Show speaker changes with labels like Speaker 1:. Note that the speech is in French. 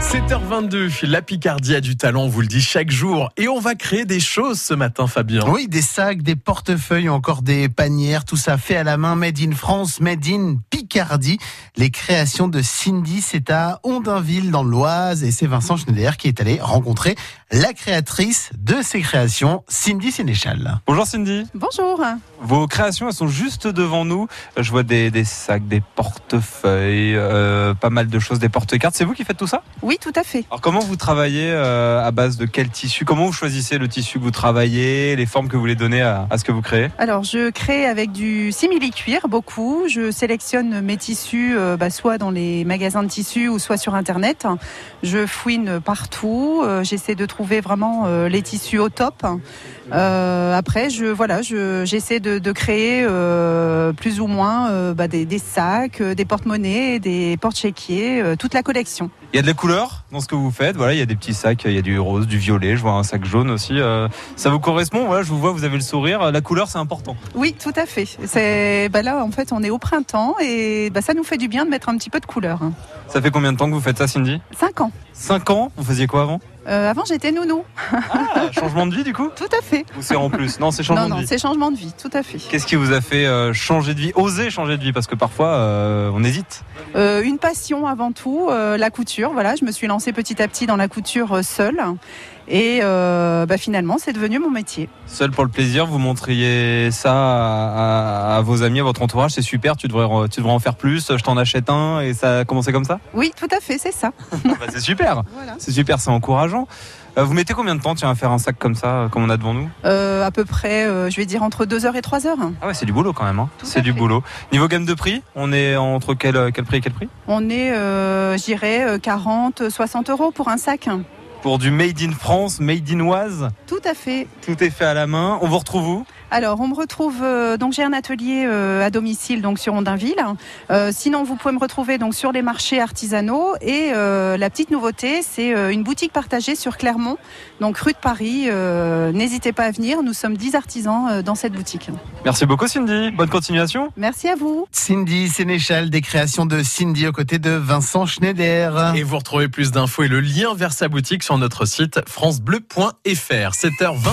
Speaker 1: 7h22, la Picardie a du talent, on vous le dit chaque jour. Et on va créer des choses ce matin, Fabien.
Speaker 2: Oui, des sacs, des portefeuilles, encore des panières, tout ça fait à la main, made in France, made in Picardie. Les créations de Cindy, c'est à Ondainville dans l'Oise et c'est Vincent Schneider qui est allé rencontrer la créatrice de ces créations, Cindy Sénéchal.
Speaker 3: Bonjour Cindy,
Speaker 4: Bonjour.
Speaker 3: vos créations elles sont juste devant nous. Euh, Je vois des, des sacs, des portefeuilles, euh, pas mal de choses, des porte-cartes. C'est vous qui faites tout ça
Speaker 4: Oui, tout à fait.
Speaker 3: Alors comment vous travaillez euh, à base de quel tissu Comment vous choisissez le tissu que vous travaillez, les formes que vous voulez donner à, à ce que vous créez
Speaker 4: Alors, je crée avec du simili-cuir beaucoup. Je sélectionne mes tissus euh, bah, soit dans les magasins de tissus ou soit sur Internet. Je fouine partout. Euh, J'essaie de trouver vraiment euh, les tissus au top. Euh, après, je voilà, je- j'essaie de, de créer euh, plus ou moins euh, bah, des, des sacs, euh, des porte-monnaies, des porte-chéquiers, euh, toute la collection.
Speaker 3: Il y a de la couleur dans ce que vous faites. Voilà, il y a des petits sacs, il y a du rose, du violet. Je vois un sac jaune aussi. Euh, ça vous correspond Voilà, je vous vois, vous avez le sourire. La couleur, c'est important.
Speaker 4: Oui, tout à fait. C'est bah, là, en fait, on est au printemps et bah, ça nous fait du bien de mettre un petit peu de couleur. hein.
Speaker 3: Ça fait combien de temps que vous faites ça, Cindy
Speaker 4: Cinq ans.
Speaker 3: 5 ans Vous faisiez quoi avant
Speaker 4: Euh, avant, j'étais nounou.
Speaker 3: Ah, changement de vie du coup
Speaker 4: Tout à fait.
Speaker 3: Ou c'est en plus Non, c'est changement
Speaker 4: non,
Speaker 3: de
Speaker 4: non,
Speaker 3: vie.
Speaker 4: c'est changement de vie, tout à fait.
Speaker 3: Qu'est-ce qui vous a fait euh, changer de vie, oser changer de vie Parce que parfois, euh, on hésite.
Speaker 4: Euh, une passion avant tout, euh, la couture. Voilà, je me suis lancée petit à petit dans la couture euh, seule. Et euh, bah, finalement, c'est devenu mon métier.
Speaker 3: Seul pour le plaisir, vous montriez ça à, à- à vos amis, à votre entourage, c'est super, tu devrais, en- tu devrais en faire plus, je t'en achète un, et ça a commencé comme ça
Speaker 4: Oui, tout à fait, c'est ça.
Speaker 3: Ah bah, C'est super,
Speaker 4: Voilà.
Speaker 3: c'est super, c'est encourageant. Euh, vous mettez combien de temps tiens, à faire un sac comme ça, euh, comme on a devant nous
Speaker 4: Euh, à peu près, euh, je vais dire entre 2 heures et 3 heures.
Speaker 3: Ah ouais, c'est du boulot quand même, hein.
Speaker 4: Tout à
Speaker 3: c'est du
Speaker 4: fait.
Speaker 3: boulot. Niveau gamme de prix, on est entre quel, quel prix et quel prix
Speaker 4: On est, euh, j'irais, euh, 40, 60 euros pour un sac.
Speaker 3: Pour du Made in France, Made in Oise,
Speaker 4: Tout à fait.
Speaker 3: tout est fait à la main, on vous retrouve où
Speaker 4: Alors, on me retrouve. euh, donc, j'ai un atelier euh, à domicile, donc sur Ondainville. Euh, sinon, vous pouvez me retrouver donc sur les marchés artisanaux. Et euh, la petite nouveauté, c'est euh, une boutique partagée sur Clermont, donc rue de Paris. Euh, N'hésitez pas à venir. Nous sommes 10 artisans euh, dans cette boutique.
Speaker 3: Merci beaucoup Cindy, bonne continuation
Speaker 4: Merci à vous.
Speaker 2: Cindy Sénéchal, des créations de Cindy aux côtés de Vincent Schneider.
Speaker 1: Et vous retrouvez plus d'infos et le lien vers sa boutique sur notre site francebleu.fr. 7h22.